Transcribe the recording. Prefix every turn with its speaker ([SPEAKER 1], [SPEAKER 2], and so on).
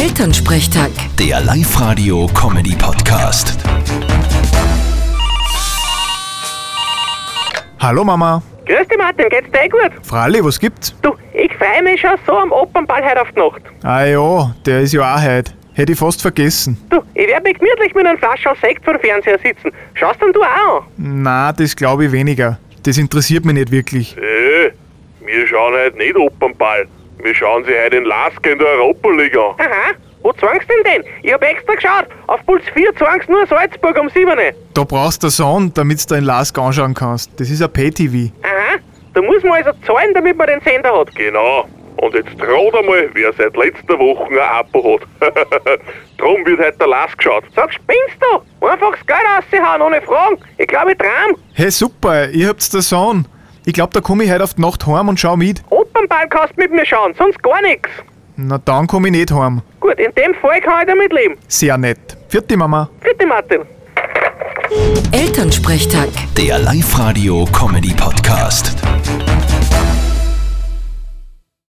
[SPEAKER 1] Elternsprechtag.
[SPEAKER 2] Der Live-Radio-Comedy-Podcast.
[SPEAKER 3] Hallo Mama.
[SPEAKER 4] Grüß dich Martin, geht's dir eh gut?
[SPEAKER 3] Fralli, was gibt's?
[SPEAKER 4] Du, ich freue mich schon so am Opernball heute auf die Nacht.
[SPEAKER 3] Ah ja, der ist ja auch heute. Hätte ich fast vergessen.
[SPEAKER 4] Du, ich werde mich gemütlich mit einem Flaschel Sekt vor dem Fernseher sitzen. Schaust denn du auch an?
[SPEAKER 3] Na, das glaube ich weniger. Das interessiert mich nicht wirklich.
[SPEAKER 5] Äh, wir schauen heute nicht Opernball. Wir schauen sie heute in Lasker in der Europa League an.
[SPEAKER 4] Aha, wo zwangst denn den? Ich hab extra geschaut, auf Puls 4 zwangst nur Salzburg um 7 Uhr.
[SPEAKER 3] Da brauchst du Sohn, damit's da in Lask anschauen kannst. Das ist ein Pay-TV.
[SPEAKER 4] Aha, da muss man also zahlen, damit man den Sender hat.
[SPEAKER 5] Genau. Und jetzt traut einmal, wer seit letzter Woche ein Abo hat. Drum wird heute der Last geschaut.
[SPEAKER 4] Sag, spinnst du? Einfach das Geld raushauen, ohne Fragen. Ich glaube, ich tram.
[SPEAKER 3] Hey super, ihr habt's da Sohn. Ich glaub, da komm ich heute auf die Nacht heim und schau mit.
[SPEAKER 4] Opernball kannst mit mir schauen, sonst gar nichts.
[SPEAKER 3] Na dann komm ich nicht heim.
[SPEAKER 4] Gut, in dem Fall kann ich damit leben.
[SPEAKER 3] Sehr nett. Vierte Mama.
[SPEAKER 4] Bitte Martin.
[SPEAKER 1] Elternsprechtag.
[SPEAKER 2] Der Live-Radio-Comedy-Podcast.